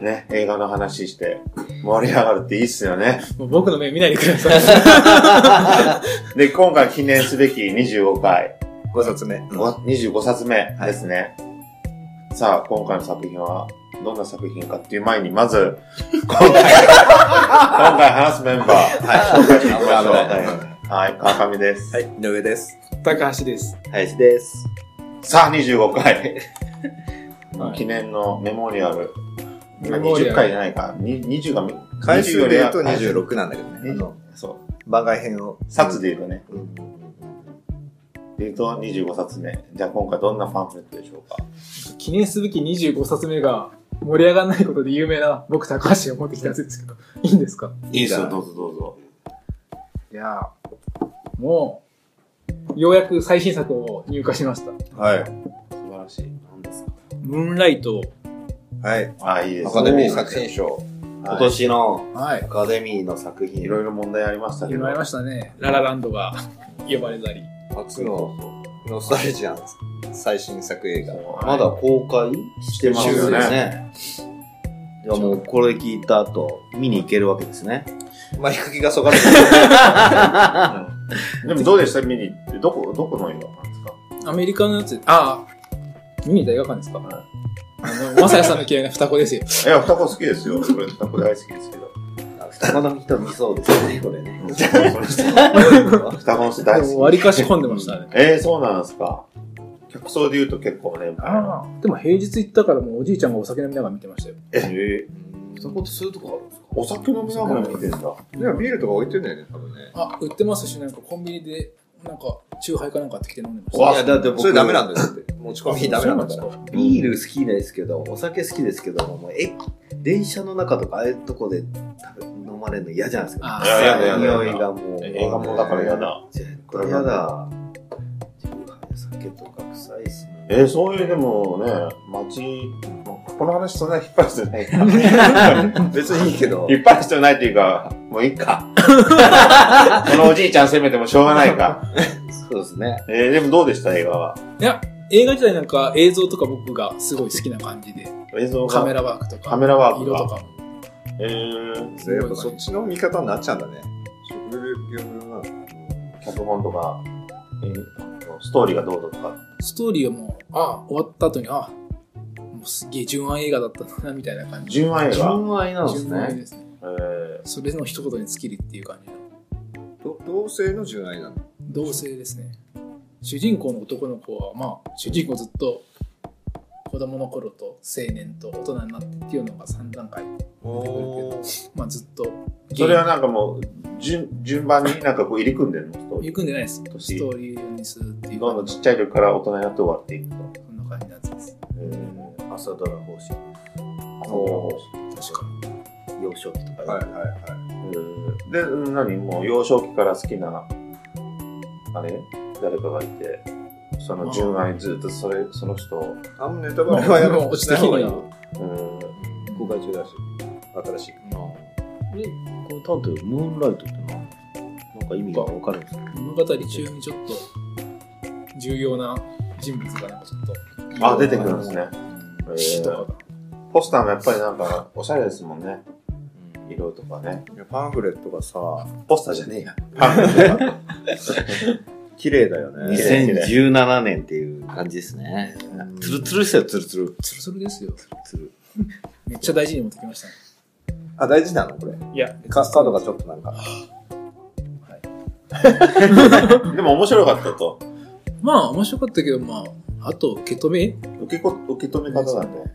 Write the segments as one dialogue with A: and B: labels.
A: ね、映画の話して、盛り上がるっていいっすよね。
B: もう僕の目見ないでください。
A: で、今回記念すべき25回、
C: 5冊目
A: お25冊目ですね。さあ、今回の作品は、どんな作品かっていう前に、まず、今回、今 回話すメンバー、はい、紹介していきましょう。はい、川上です。
C: い井上です
B: 高橋です。
C: 林です
A: さあ、25回。
B: はい
A: 記念のメモリアル。今
B: メモリアル
A: 20回じゃないか。に20がみ、
D: 回数で言うと
A: 20よりは。
D: 26なんだけどね。あの、
A: そう。
D: 番外編を。
A: 冊で言うとね。
D: うん。
A: で言うと25冊目。じゃあ今回どんなパンフレットでしょうか。
B: 記念すべき25冊目が盛り上がらないことで有名な僕高橋が持ってきたやつですけど、いいんですか
A: いいです
D: よ
A: どうぞどうぞ。
B: いやーもう、ようやく最新作を入荷しました。
D: はい。
A: 素晴らしい。何ですか
B: ムーンライト。
D: はい。
A: ああ、いいです
D: アカデミー
A: はい
D: 作品賞。
C: 今年の
B: はい
C: ア。カデミーの作
A: い
C: 品
A: ろいろ問題ありましたけ
B: 言
A: ど。
B: われましたね。ララランドが呼ばれたり。
D: 初のノスタルジアン最新作映画。
C: まだ公開してますよ
A: してますよ
C: ね。いやもうこれ聞いた後、見に行けるわけですね。
D: まあ、引く気がそが れて
A: だ。うんでもどうでした見に行って。どこ、どこの映画なんですか
B: アメリカのやつ、ああ、見に行った映画館ですか
A: は
B: あの、まさやさんの嫌いな双子ですよ。
A: いや、双子好きですよ。俺双子大好きです けど。
C: 双子の人見そうですね、これ ね。
A: 双子の人大好き。
B: 割りかし混んでましたね。
A: ええそうなんですか。客層で言うと結構ね、
B: ああ。でも平日行ったからもうおじいちゃんがお酒飲みながら見てましたよ。
A: え
D: そことするとこあるんですか
A: お酒飲みながら見てんだ。
D: いや、ビールとか置いてんだよね、多分ね。
B: あ、売ってますし、なんかコンビニで、なんか、チューハイかなんか買ってきて飲んでまし
A: うわ
D: い
B: た。
D: や、だって僕。それダメなんだよ、だって。持ち込みダメなんだ
B: そう
D: から。
B: なんですか
C: ビール好きですけど、お酒好きですけども、もうえ電車の中とかああいうとこで食べ飲まれるの嫌じゃないですか。
B: あ
A: いやいやいやいや
C: 匂いがもう。
A: 映画もだから嫌だ。
C: 絶対嫌だ。自分が酒とか臭いっすね。
A: えーそういうでもね、街、この話そんなに引っ張る必要ないか。
D: 別にいいけど。
A: 引っ張る必要ないっていうか、もういいか。このおじいちゃん責めてもしょうがないか。
C: そうですね。
A: えーでもどうでした映画は。
B: 映画自体なんか映像とか僕がすごい好きな感じで、
A: 映像が。
B: カメラワークとか、
A: カメラワーク
B: 色
A: が
B: とかも。
A: えー、
D: それやっぱそっちの見方になっちゃうんだね。食料業なの
A: 脚本とか、えーストーリーがどうだとか。
B: ストーリーはもう、あ終わった後に、あもうすげえ純愛映画だったな、みたいな感じ。
A: 純愛映画。
C: 純愛なんです
B: 純愛
C: ね。
B: ですね。
A: えー
B: それの一言に尽きるっていう感じの。
D: ど同性の純愛なの。
B: 同性ですね主人公の男の子はまあ主人公ずっと子供の頃と青年と大人になってっていうのが3段階、おまあ、ずっと
A: それはなんかもう、順、順番になんかこう入り組んでるのストーリー。
B: くんでないです
A: 年
B: ストーリーにするっていう
A: どんどん
B: そ
A: ちっちゃい時から大人になって終わっていくと。
B: んな感じのやつです
A: えー
C: 朝ドラ方式。
B: 確か
C: 幼少期とか。
D: はいはいは
A: で、何もう幼少期から好きな、あれ誰かがいて、その純愛ずっとそれ、その人を、
D: い。あんまネタバレはやめ
B: もう落ちてきて
D: ないい
B: な
D: 方がいいよ。
A: うん、
D: 公開中だし。新しい。
C: で、この探偵、ムーンライトって何なんか意味がわかるんですか
B: 物語中にちょっと重要な人物がなんかちょっと
A: あ、出てくるんですね。え
B: 死とか
A: ー
B: が
A: ポスターもやっぱりなんか、おしゃれですもんね。色とかね。
D: いやパンフレットがさ、
A: ポスターじゃねえや。
D: 綺麗だよね。
C: ?2017 年っていう感じですね。ツルツルですよ、ツルツル。
B: ツルツルですよ
C: ツル。
B: めっちゃ大事に持ってきましたね
D: あ、大事なのこれ。
B: いや
D: カスタードがちょっとなんか。
A: でも面白かったと。
B: まあ面白かったけどまああと受け止め
A: 受けこ、受け止め方だね。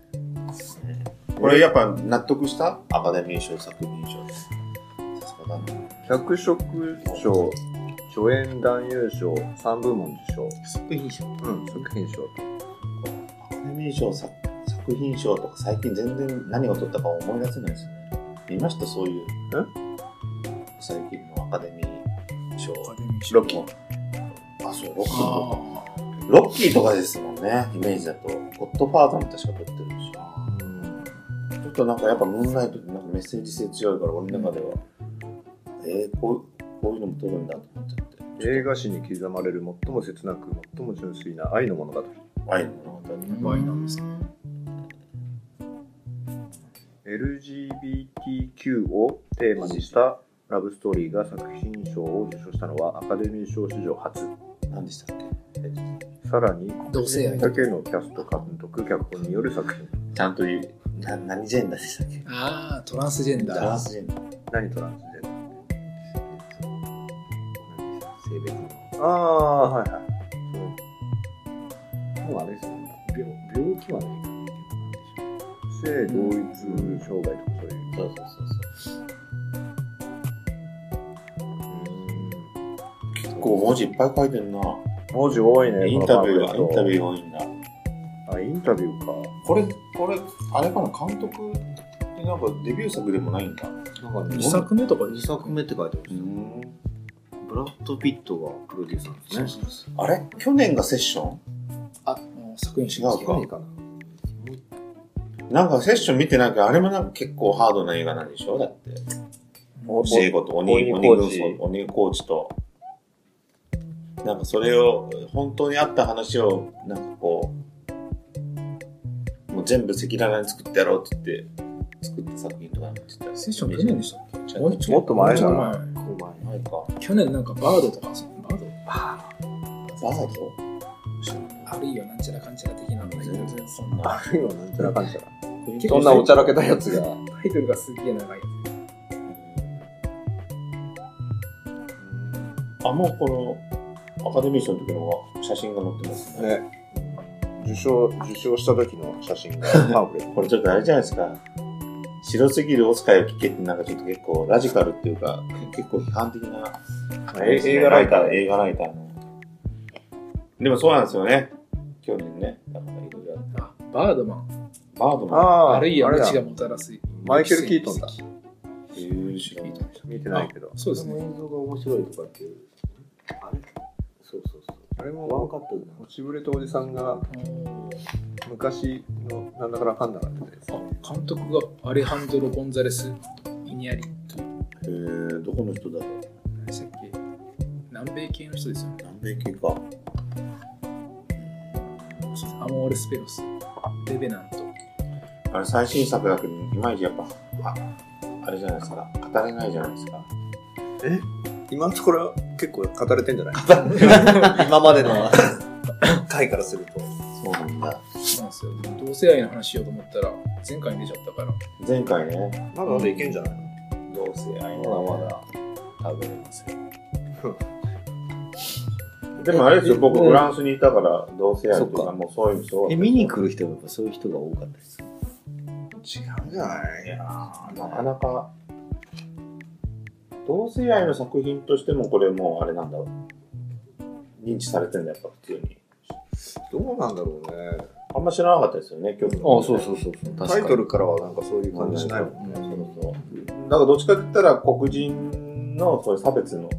A: これやっぱ納得したアカデミー賞作品賞です。さすがだね。
E: 百色賞、助演男優賞、三部門受賞。
A: 作品賞
E: うん、作品賞。
A: アカデミー賞作作品賞とか最近全然何を取ったか思い出せないですね。見ましたそういう。最近のアカデミー賞。
B: アカデミー賞
A: ロッキー。あ、そう、ロッキーとか。
B: ああ
A: ロッキーとかですもんね、イメージだと。ゴッドファーザーも確か撮ってるし。ちょっとなんかやっぱムーンナイトってなんかメッセージ性強いから、俺の中では。えー、こうこういうのも撮るんだと思っちゃって。
E: 映画史に刻まれる最も切なく、最も純粋な愛の物語。
A: 愛の物語。
B: バイなんですね
E: LGBTQ をテーマにしたラブストーリーが作品賞を受賞したのはアカデミー賞史上初。
A: 何でしたっけ
E: さらに、
B: 同性愛
E: だけのキャスト、監督、脚本による作品。
A: ちゃんと言う。な何ジェンダーでしたっけ
B: ああトランスジェンダ
A: トラン
B: ー
A: スジェンダー。
E: 何トランスジェンダー性別の。ああー、はいはい。そうもうあれですよね。病病気はないか性同一障害
A: そう
E: とかそういう。
A: そうそうそう。結構文字いっぱい書いてんな。
E: 文字多いね。
A: インタビューが、イ
E: この
A: ンタビュ
E: パ
A: ー多
E: ンフレッ
A: いんだ。
E: トあ、インタビューか。
A: これ、これ、あれかな、監督ってなんかデビュー作でもないんだ。
E: なんか
B: 2作目とか
E: 二作目って書いてある
A: ん。
E: ブラッド・ピットがプロデューサーですね。
A: あれ去年がセッション
B: あもう作品賞です
A: 違う
B: か
A: か
E: 何かな
A: なんかセッション見てないけど、あれもなんか結構ハードな映画なんでしょだって。
E: お
A: 教え子と鬼、
E: 鬼
A: 鬼
E: コ
A: 軍
E: ーチ
A: 曹、鬼コーチと。なんかそれを、本当にあった話を、なんかこう、もう全部赤裸々に作ってやろうって言って、作った作品とかなんて言ったら
B: セッション去年でしたっけもうちょ
E: もっと前だな
B: もうちょっと
A: 前か。
B: 前去年なんかバードとかそのバード
A: バード
B: あるいはなんちゃらかんちゃら的なのね
A: 全然そんな。
E: あるいはなんちゃらかんちゃら。
B: 結
E: そ
B: 構
E: んなおちゃらけたやつが。
B: タイトルがすげえ長いや
A: あ、もうこの、アカデミー賞の時のは写真が載ってますね。
E: ね、受賞、受賞した時の写真 がパンフレット。
A: これちょっとあれじゃないですか。白すぎるオスカーを聞けってなんかちょっと結構ラジカルっていうか、結構批判的な、え映画ライター、映画ライターの。でもそうなんですよね。去年ね。だからいろいろ
B: つあバードマン
A: バードマン。
E: あ
B: あるいは
E: れだ
B: 無知がもたらす
E: マイケル・キートンだ。
A: えー、知らない
E: 見てないけど。
B: そうです
C: こ
B: ね
C: の映像が面白いとかっていう。あれそうそうそう。
E: あれ
C: ワン
E: も、
C: カットだな。
E: 落ちぶれたおじさんが昔のなんだからかんだからって
B: あ監督がアレハンドロ・ゴンザレス・イニアリ
A: えー、どこの人だろう。
B: 何でしたっけ南米系の人ですよね
A: 南米系か。
B: アモーレ・スペロスレベナント
A: あれ最新作だけど、いまいちやっぱ、ああれじゃないですか。語れないじゃないですか。
E: 今のところ結構語れてんじゃない今までの回からすると。
A: そうなんだ。
B: そうなんですよ同性愛の話しようと思ったら前回に出ちゃったから
A: 前回ね、
E: まだまだいけんじゃないの
A: どうせ愛はまだ食べれません。 でもあれですよ、僕、フランスにいたから、同性愛と
C: そっ
A: か、
C: か
A: もうそういうのすごい。
C: え、見に来る人がやっぱそういう人が多かったです。
E: 違うんじゃない
A: なかなか、同性愛の作品としても、これもうあれなんだろう。認知されてるんだ、やっぱ普通に。
E: どうなんだろうね。
A: あんま知らなかったですよね、曲
C: うそうそう。
E: タイトルからはなんかそういう感じしないもんね。
A: そうそう。なんかどっちかって言ったら、黒人のそういう差別の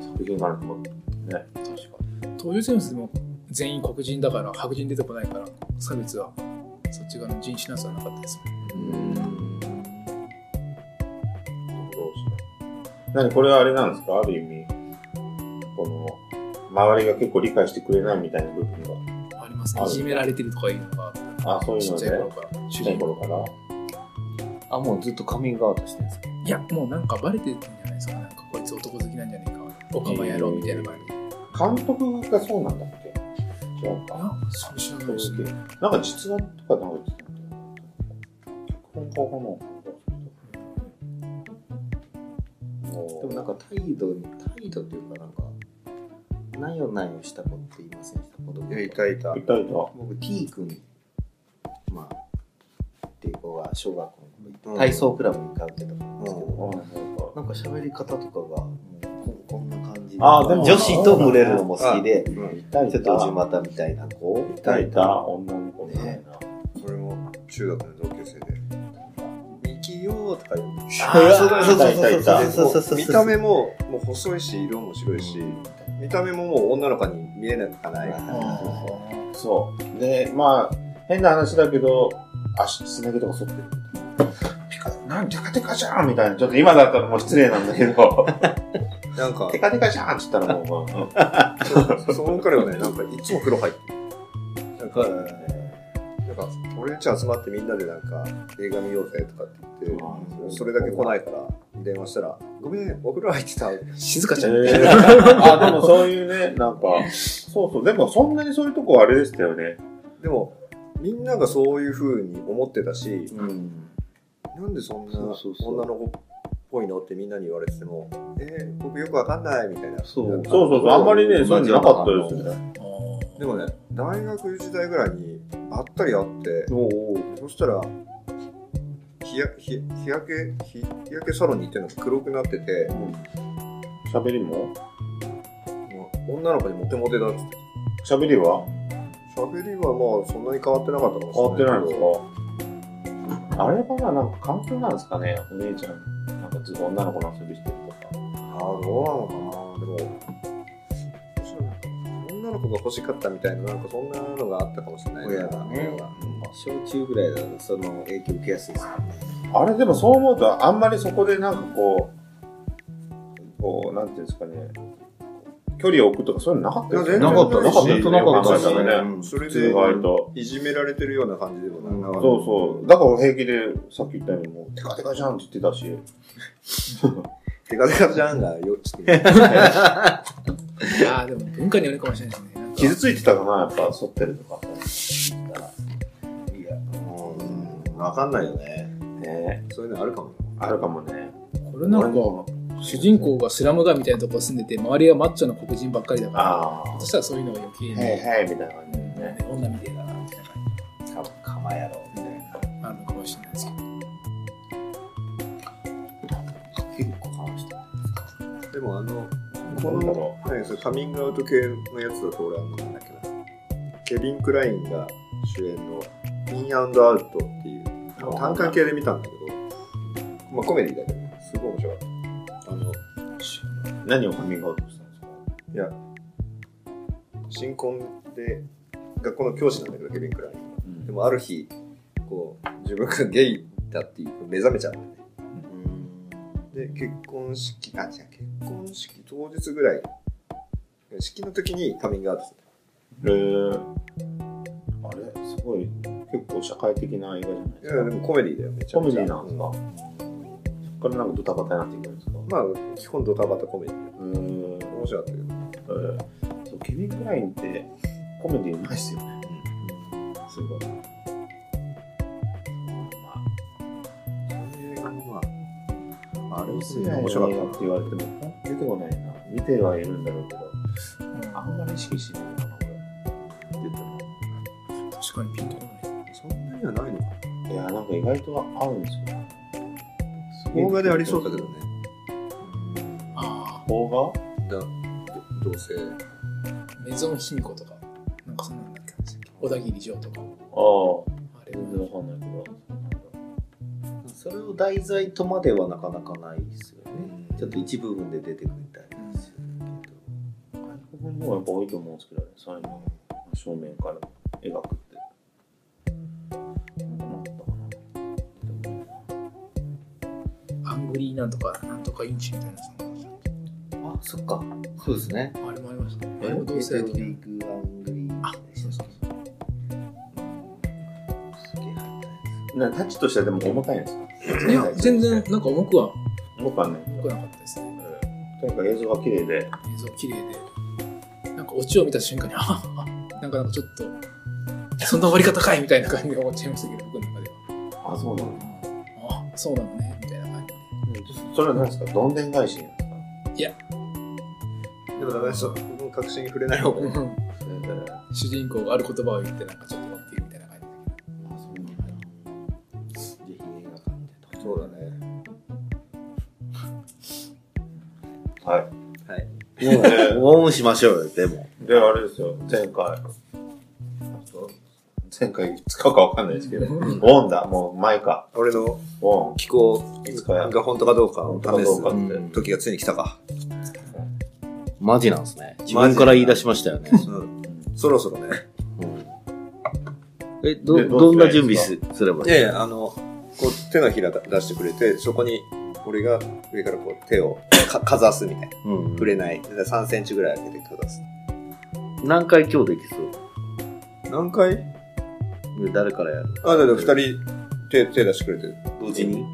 A: 作品があると思う。ね、確かに。
B: 登場人物でも全員黒人だから白人出てこないから差別はそっち側の人種なさはなかったですね
A: 何これはあれなんですかある意味、この、周りが結構理解してくれないみたいな部分
B: ありますね
A: あ
B: い
A: る
B: じめられてるとかいうのが
A: が、あ、そうい
B: ち
A: う
B: っ
A: の
B: ちゃい
A: で、
B: 頃から
A: ちっち
B: 主
A: ゃ
B: 人
A: い
B: 公
A: 頃から。
C: あ、もうずっとカミングアウトしてるんですか
B: いやもうなんかバレてるんじゃないですかなんかこいつ男好きなんじゃないかオカマ野郎みたいな感じ
A: 監督がそうなんだっけ違うか。
B: あそう知らないですね
A: なんか実話とかなんか言ってたんだよね脚本家かな
C: でもなんか態度に、態度というかなんか、なよなよした子って言いませんでした子供
E: いや、いたいた。
A: いたいた。
C: 僕 T 君、まあ、っていう子が小学校の頃
E: うん
C: 体操クラブに通ってた子なんですけ
A: う
C: ど、
A: んなんか
C: なんか喋り方とかがもうここんな感じで
A: あーでも
C: 女子と群れるのも好きで、
E: うん
C: ちょっと地股みたいな子
A: いたいた女の子みたいな。
E: それも中学の同級生で「ミキヨー」とか言う
C: あ
A: そうそうそうそう
E: で
C: そうそう
E: も
C: そうそう
E: 見た目ももう細いし色も白いし、見た目ももう女の子に見えなくはない、
C: うん
A: そう。で、まあ、変な話だけど、足、すね毛とか剃ってる。ピカ、なん、テカテカじゃんみたいな。ちょっと今だったらもう失礼なんだけ ど、
E: なんか
A: テカテカじゃんって言ったらも う、うん
E: そその彼はねなんかいつも風呂入ってるなんか、なんか俺たち集まってみんなでなんか映画見ようぜとかって言って、
A: うん
E: それだけ来ないから電話したら「ごめんお風呂入ってた」
B: 静かちゃんみたいな。
A: あ、でもそういうね、なんか、そうそう、でもそんなにそういうとこあれでしたよね。
E: でもみんながそういう風に思ってたし
C: うん
E: なんでそんな
C: そうそうそう
E: 女の子っぽいのってみんなに言われてても「えー、僕よくわかんない」みたいな
C: そう
A: そうそうそう、あんまりね、そういうのなかったですね。
E: でもね大学時代ぐらいに会ったり会って
A: おうおう
E: そしたら日や日日焼け日日焼けサロンに行ってるのが黒くなってて
A: 喋りも
E: もう女の子にモテモテだっつって
A: 喋りは
E: 喋りはまあそんなに変わってなかったかもし
A: 変わって
E: れ
A: な
E: ないい
A: ん
E: け
A: です
E: ど
A: かあれはな、なんか環境なんですかね、お姉ちゃん。なんかずっと女の子の遊びしてるとか。
E: ああどうなのかなでもそしたら女の子が欲しかったみたいななんかそんなのがあったかもしれない
C: 親がね
E: 親が
C: 小中ぐらいだとその影響受けやすいですよね
A: あれでもそう思うとあんまりそこでなんかこうこうなんていうんですかね距離を置くとかそういうのなかったよね
E: いや全然なかった
A: なかった
E: 本当な
C: かった
A: よね考えたらね
C: うん
E: それで
A: 意外と
E: いじめられてるような感じでもな
A: そう
E: かった
A: そうだから平気でさっき言ったようにもうテカテカじゃんって言ってたし
E: テカテカじゃんがよちょ っと
B: いやーでも文化によるかもしれないですね。なんか
A: 傷ついてたかなやっぱ剃ってるとか
C: いや
E: うんわかんないよね
A: ね
E: そういうのあるかも
A: あるかもね
B: これなんか主人公がスラム街みたいなとこ住んでて周りはマッチョな黒人ばっかりだから
A: ああ
B: そしたらそういうのが余計に、
A: へいへいみたいな感じでね
B: うん女みてえだなみたいな感
C: か釜やろみたいな
B: じあるのかもしれないですけど
C: 結構話して
E: でもあのこ
A: なんだ
E: の
A: ろ
E: 何それカミングアウト系のやつだと俺はもうなんだっけなケビン・クラインが主演の「インアウトっていう単館系で見たんだけどまあコメディだけどすごい面白かったあの
A: 何をカミングアウトしたんですか
E: いや新婚で学校の教師なんだけどケビン・クラインでもある日こう自分がゲイだっていう目覚めちゃうんだよねで結婚式あ違う結婚式当日ぐらい式の時にカミングアウトする
A: へえあれすごい結構社会的な映画じゃないで
E: い
A: す
E: や
A: か
E: でもコメディだよめちゃ
A: コメ
E: めち
A: デ
E: ゃ
A: ィなんですか、そっからなんかドタバタになっていくんですか、
E: うんまあ基本ドタバタコメディ
A: うーん、
E: 面白かったけど
A: えーそうケビン・クラインってコメディうまいっすよね、すごいま
E: そういう映画もま
A: ああれをすごい
E: うん
A: 面白かったって言われても出てこないな見てはいるんだろうけどあんまり意識してないのかな俺出ても
B: 確かにピンとこない
E: あそんなにはないのか
A: いやなんか意外と合うんですよね
E: 邦画でありそうだけどね
B: あ
A: 邦画
E: だど同性
B: あメゾン卑弥呼とかなんかそんなんだっけ小田切城とか
A: ああ
B: あれ
A: 全然わかんないけど
C: それを題材とまではなかなかないですよねちょっと一部分で出てくるみたいなんですよけど
A: 外国の方がやっぱ多いと思うんですけどね、そういうのを正面から描くって。なんかなったかなでも
B: アングリーなんとかなんとかインチみたいなやつ
C: あ、そっか。そうですね。
B: あれもありましたねあれも同性的
C: リ
B: な
C: ーグアングリー。
B: あそうそうそう
C: すげえ入ったや
A: なタッチとしてはでも重たいんですか
B: いや全然なんか重くは
A: 重くはないけ
B: 重
A: ど
B: くはなかったですね
A: とにかく映像が綺麗で、
B: 映像綺麗でなんかオチを見た瞬間にああなんかなんかちょっとそんな終わり方かいみたいな感じで思っちゃいましたけど僕の中では
A: あ、そうなの
B: あそうなのねみたいな感じ
A: それは何ですかどんでん返しなんですか
E: でもだからそこの確信に触れない方がいい
B: で、主人公がある言葉を言ってなんかちょっと待っているみたいな感じだ
A: あ、そうなんだ。
C: もう、オンしましょうよ、でも。
A: で、あれですよ、前回。前回使うかわかんないですけど、
B: うん
A: オンだ、もう前か。
E: 俺の
A: オン。
E: 気候
A: いつかやる
E: が本当かどうかを
A: か
E: 試
A: どう
E: す
A: かって。
B: うん
E: 時がついに来たか。
C: マジなんですね。自分から言い出しましたよね。
E: うん。そろそろね。
C: うんえ、
A: で
C: ど、
A: どう
C: どんな
A: すれ
C: 準
A: ばいいん
C: 備
A: です
C: すすればい
E: い
C: い
E: やいや、あの、こう手のひら出してくれて、そこに俺が上からこう手をかかざすみたいな。
C: うん
E: 触れない。だから3センチぐらい開けてかざす。
C: 何回今日できそう
E: 何回
C: で誰からやる
E: あ、だって二人手、手出してくれてる。
C: 同時に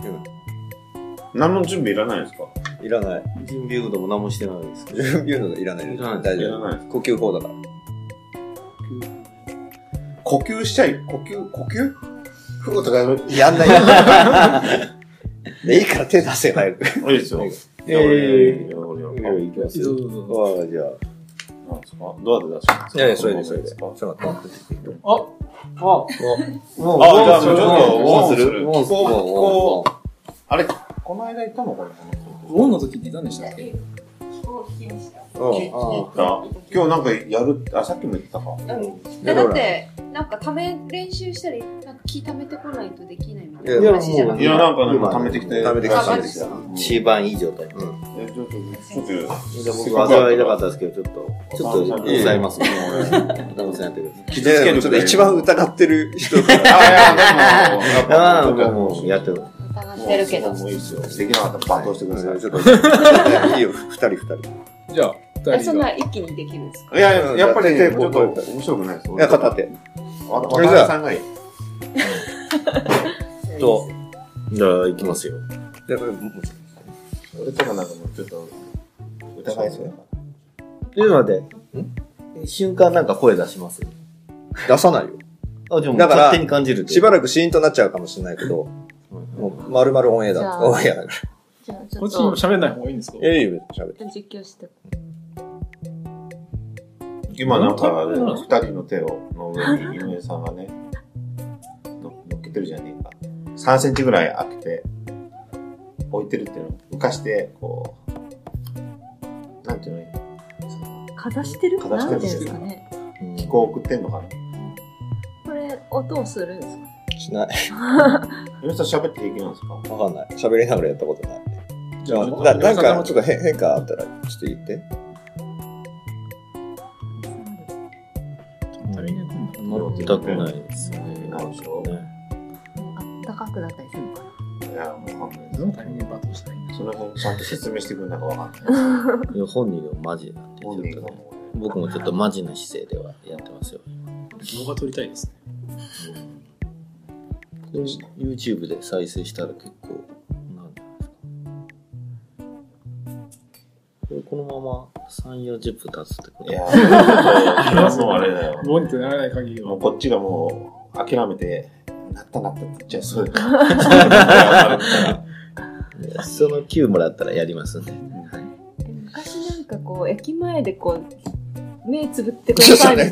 A: 何の準備いらないんですか
E: いらない。
C: 準備運動も何もしてないですけど。
E: 準備運動いらない
C: いらない
E: 大
A: い
E: 丈
A: らないです。
E: 夫。呼吸法だから。
A: 呼吸しちゃい、呼吸、呼吸ふうとかやる。
E: やんないよ。で、いいから手出せよ、早く。
A: いいですよ。
C: えー
A: や俺やる
C: い
A: や
C: や
A: る
C: いきます
B: ど
C: よ
B: う。ぞどうぞ
C: ああ、じゃあ。
A: なんですかどうやって出しますか
E: ちょっと待って。
B: ああ
C: も
A: あじゃあちょっとウォンする
C: ウォンする。
A: ウォン
C: こ
A: あれこの間行ったのかなこの人
B: ウォンの時って何でしたっけ
E: うん
A: 聞聞いた今日なんかやるってあ、さっきも言ったか。
F: えだってなんかため練習したりなんか気ためてこないとできないみた
C: い
F: いな
C: や
F: 話じゃなく
A: い
F: て
A: や、なんか、溜めてきて。
E: 溜めてきた
A: 溜めてきた。
F: うん
C: う一番いい状態。じゃ
A: えちょっと、ちょっと、
C: あ僕は味わいたかったですけど、ちょっと、ちょっと、歌いますね。歌いさんやってください。
A: 傷つける
E: ちょっと一番疑ってる人。
A: あ、いや、でも、
C: ああ、もう、やってる。
F: 疑ってるけど
A: もういいですよ。素敵な方、罵倒してください。
E: ちょっと、いいよ、二人二人。
B: じゃあ
F: え
B: 二
F: そ
B: 人
F: ん
B: が
F: な一気にできるんですか
A: いや、やっぱり、
E: 手
A: ち
E: こ
A: ょ
E: う
A: っと、面白くないです。
E: いや、片手。
A: わ。渡辺さんがいい。
C: と、じゃあ、いきますよ。
E: でこれも
A: 俺とかなんかもう、ちょっと、疑いそうやか
C: ちょっと待って。瞬間なんか声出します。
E: 出さないよ。
C: あ、じゃあもう
E: だから
C: 勝手に感じる
E: しば
C: ら
E: らくシーンとなっちゃうかもしれないけど、もう、丸々オンエア
F: じ
E: だ。
F: ゃあ
E: オンエアだか。
F: じゃあちょ
B: こっ
F: っ
B: ちにも
F: と
B: 喋んない方がいいんですから
E: いやいや、別に喋って。
F: 実況して
A: ら。今なんか、あれ二人の手を、の上に、井上さんがね、の乗っけてるじゃねえか。3センチぐらい開けて、置いてるっていうのを浮かして、こう、なんていうの
F: かざしてる
A: かざ
F: な
A: し
F: ん
A: て
F: て
A: る
F: いうんですかね
A: 気候送ってんのかな
F: これ音をするんですか
E: しない。
A: 井上さん喋って平気なんですか
E: わかんない。喋りながらやったことない。
B: じゃあ
E: ななんか、ちょっと変変化あったら、ちょっと言って。
C: 全くないですね。
A: ないでしょ
F: あったかくなったりするのか
A: いや、もうわかんないで
B: どのタイミングで罵倒したらいいんだ
A: す。その辺ちゃんと説明してくれないかわかんない。
C: いや本人がマジなんで、ちょっ
A: 本人が
C: とね。
A: も
C: 僕もちょっとマジな姿勢ではやってますよ。
B: 動画撮りたいですね
C: これ YouTube で再生したら結構なんじゃないですかこれこのまま3、40分経つってこ
A: う、い
C: と
A: や、それはもうあれだよ。
B: ウォンってならない限り
A: も
B: は
A: うこっちがもう諦めて、なったなったって言っちゃいそうだよ
C: いやその9もらったらやりますんで。
F: なえ昔なんかこう駅前でこう目つぶってくださいみたい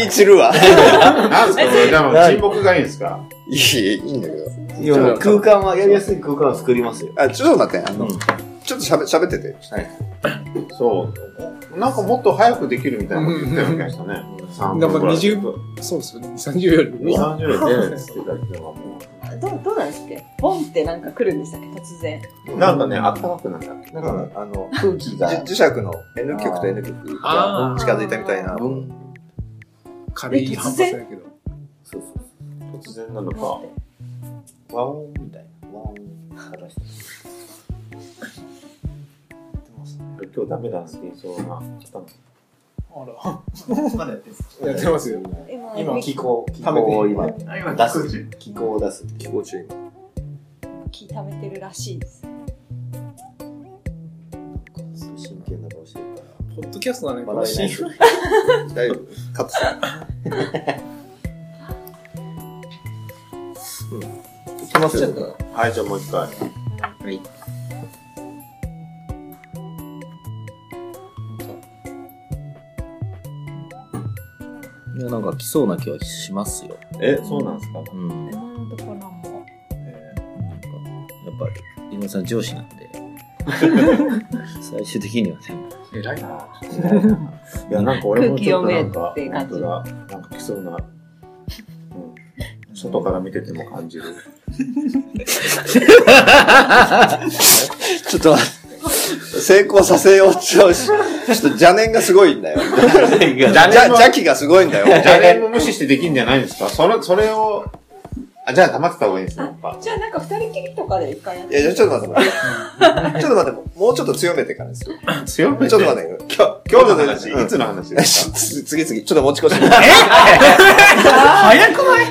F: な
E: 気散るわ。
A: なんすかそれでも沈黙がいいんですか
E: いい、いいんだけど。
C: いや、空間は、やりやすい空間を作りますよ。
E: あ、ちょっと待って、あ
C: う
E: の、
C: ん。
E: ちょっと喋喋ってて。
A: そう。なんかもっと早くできるみたいなこと言ったような気がしたね。3
B: なん
A: 分
B: か
A: ぐらい。
B: 20そうですよね20より
A: 2、
B: も
A: 30分で、つってたりとかも
F: どうどうなんですっけボンってなんか来るんでしたっけ突然
A: う。なんかね、あったかくなるんだっけ
E: な
A: なんん
E: か
A: か
E: ね
A: ね、
E: あの、
A: 空気が
E: じ。磁石の N 極と N 極が
B: あー
E: 近づいたみたいな。
B: 軽い反発だけど
A: そうそう。突然なのか。
C: 和音みたいな。和音からして。
A: 今日ダメだって言いそうな方も
B: あ
C: まだやって
B: らやってますよ
F: 今
C: 気候、気
B: 溜めて
C: 候を今、出す。気候を出す。
E: 気持ちいい。
F: 気ためてるらしいです
C: 真剣な顔してるか
B: ポッドキャストなのに
C: ら。
B: この
C: 笑えない
B: シーン
C: けど。
E: 大丈夫。カットす
C: いきますよ。
A: はい、じゃあもう一回。
C: いや、なんか来そうな気はしますよ。
A: え、そうなん ですか
C: うん。
F: 今のところはも
C: なんかやっぱ、井上さん上司なんで、最終的にはでも
B: 偉いな。
A: いや、なんか俺もちょっとなんか、本
F: 空気読めって
A: 当
F: い
A: だ、
F: う
A: なんか来そうな、うん、外から見てても 感じる。
E: ちょっと待って成功させようとしちょっと邪念がすごいんだ よ。
A: 邪
E: 邪
A: 念も、
E: 邪気がすごいんだよ。
A: 邪念も無視してできんじゃないんですかそれ、それを、あ、じゃあ黙ってた方がいいですね、やっぱ。
F: じゃあなんか二人きりとかで一回やっ
E: いや、ちょっと待って待 って。ちょっと待って、もうちょっと強めてからです よ。ち
A: 強め
E: ょ
A: て。
E: っと待って、今日、
A: 今
E: 今
A: 日
E: 日
A: の
E: の
A: 話、いつの話ですか
E: うん次々、ちょっと持ち越し。
B: 早くない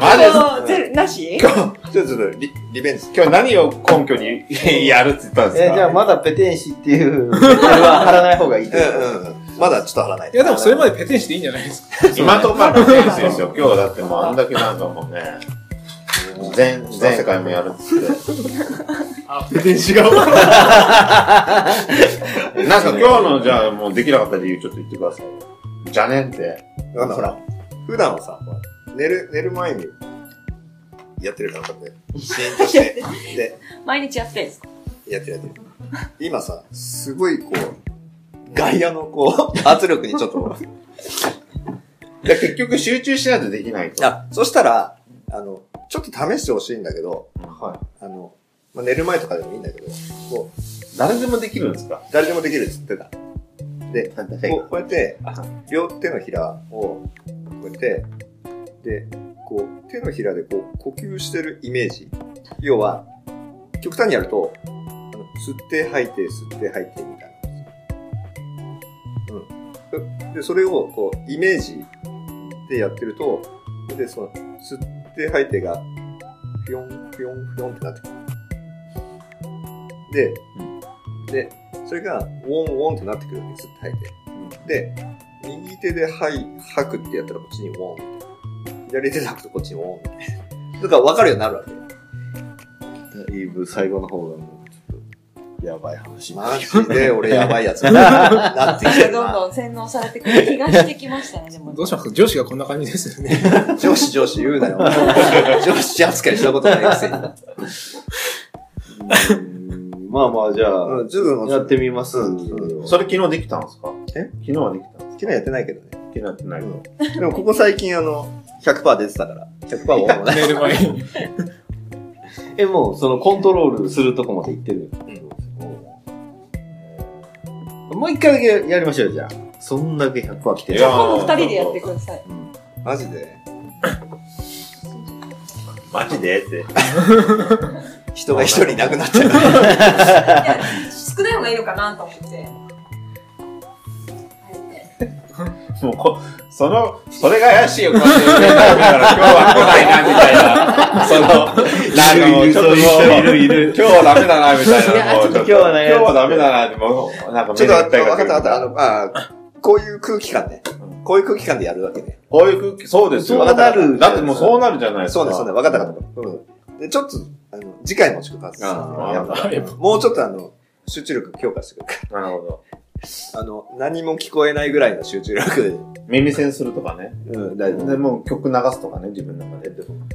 A: マジっす
F: 今日ゼロなし
E: ちょっと、ちょっとリ、リベンジ。
A: 今日何を根拠にやるって言ったんです
C: え
A: か
C: じゃあまだペテン師っていうペテンは貼らない方がいいと
E: う
C: 思う
E: んうんうん。まだちょっと貼らない。
B: いや、でもそれまでペテンしていいんじゃないですか。
A: 今とまだペテン師ですよ。今日だってもうあんだけなんかもうね、全、全世界もやるっつって。
B: あ、ペテンしが。
A: なんか今日のじゃあもうできなかった理由ちょっと言ってください。邪念って。
E: なんだほら、普段はさ、ほら寝る、寝る前に、やってるから、こうやって、シーンとして、 で、
F: 毎日やってんすか
E: やってるやってる。今さ、すごいこう、外野のこ う、圧力にちょっと、
A: じゃあ結局集中しないとできないと。
E: あ、そしたら、あの、ちょっと試してほしいんだけど、
A: は
E: あの、まあ、寝る前とかでもいいんだけど、こう、
A: い。誰でもできるんですか
E: 誰でもできるっつってた。で、
A: 誰が
E: こうこうやって、両手のひらを、こうやって、で、こう、手のひらでこう、呼吸してるイメージ。要は、極端にやると、あの吸って吐いて、吸って吐いて、みたいな。うん。で、それを、こう、イメージでやってると、で、その、吸って吐いてが、ぴょん、ぴょん、ぴょんってなってくる。で、で、それが、ウォン、ウォンってなってくるんです、吸って吐いて。で、右手で吐い吐くってやったらこっちにウォン。左手で吐くとこっちにウォン。だから分かるようになるわけ。
C: だいぶ最後の方がもうちょっとやばい話にな
E: マジで俺やばいやつになってきてる
F: どん
E: な。
F: どん洗脳されてく る気がしてきましたね、でも。
B: どうします上司がこんな感じですよね。
E: 上司上司言うなよ。上司扱いしたことないくせに。
C: うんまあまあじゃあ、
E: うんちょっと待って
C: やってみます、
E: うん
A: それ昨日できたんですか
E: え
A: 昨日はできたんです
E: 昨日やってないけどね。
A: 昨日やってないの。
E: でもここ最近あの、100%出てたから。100%は思わない。
B: 寝る前に。
C: えもうそのコントロールするとこまで行ってる、もう一回だけやりましょうよじゃあそんだけ100は来て
A: い
C: る
A: や
F: 今度二人でやってください。
E: マジで。
A: マジでって。
E: 人が一人いなくなっちゃう。
F: いや少ない方がいいのかなと思って。
A: もうこ、その、それが怪しいよ、こうやって言ってたから今日は来ないな、みたいな。その、なんかもうちょっともう
C: いる
A: 今日はダメだな、みたい
C: いや
A: な。もう
C: ちょっと今日はね
A: 今日はダメだな、って、もう、なんか
E: ちょっと
A: 目
E: あ
A: が
E: 分
A: 痛い
E: か
A: ら
E: った分かった。あの、あーこういう空気感ね
A: う。
E: こういう空気感でやるわけね。
A: こういう空気、そうですよ。
E: そうな
C: る
A: だってもうそうなるじゃないですか。
E: そうね、そうね、分かった分かった。うん。で、ちょっと、あの、次回も宿泊
A: あー
E: やっぱ
B: あやっぱ
E: もうちょっとあの、集中力強化してくるか
A: なるほど。
E: ら。あの、何も聞こえないぐらいの集中力で。
A: 耳栓するとかね。
E: う
A: で
E: ん、大丈夫。
A: もう曲流すとかね、自分の中で。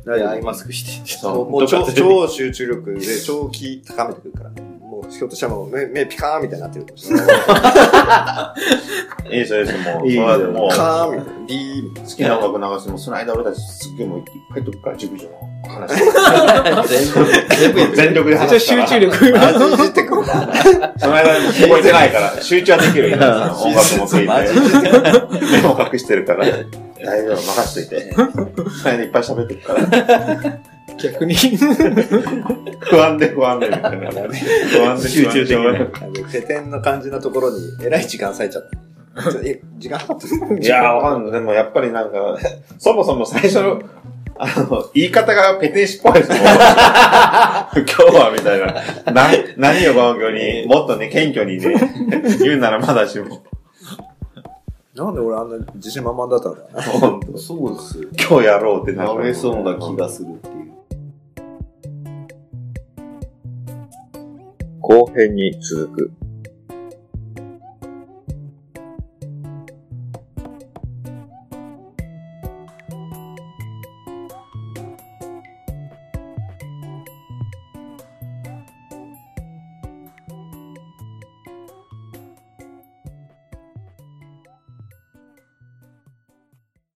E: 大丈夫
C: アイマスクして
E: もうもう超超集中力で、長期高めてくるから。もう、ひょっとしたらもう目、目ピカーンみたいになってるかもしれな
A: い
E: い。
A: いですよ、いいですよ。もう、
C: いい
A: そう
C: よ
A: やってもう、好
E: カーンみたいな。ビーンみたい
A: きな音楽流しても、その間俺たちすっげえもういっぱいとくから、熟女の話。全部、全力で
B: めっちゃ
A: 話す
B: 集
A: から。
B: 中力が。
E: な。マジいじってくるな。
A: その間聞こえてない から、集中はできるよ、今その音楽も聞
E: マジい
A: い
E: じってくる。
A: て。目も隠してるから。大丈夫、任しといて。その間いっぱい喋ってるから。
B: 逆に。
A: 不安で不 安でみたいな。不安で集中できない。
E: あのペテンの感じなところに、えらい時間割いちゃった。ちょえ、時間かかった
A: いやー、わかんない。でもやっぱりなんか、そもそも最初の、あの、言い方がペテン師っぽいですもん。今日はみたいな。な何を根拠に、もっとね、謙虚にね、言うならまだしも。
E: なんで俺あんな自信満々だったのかな。
A: ほんと
C: そうですよ
A: 今日やろうってな
C: ダ
A: ん
C: メ
A: か
C: そうな気がするっていう
G: 後編に続く。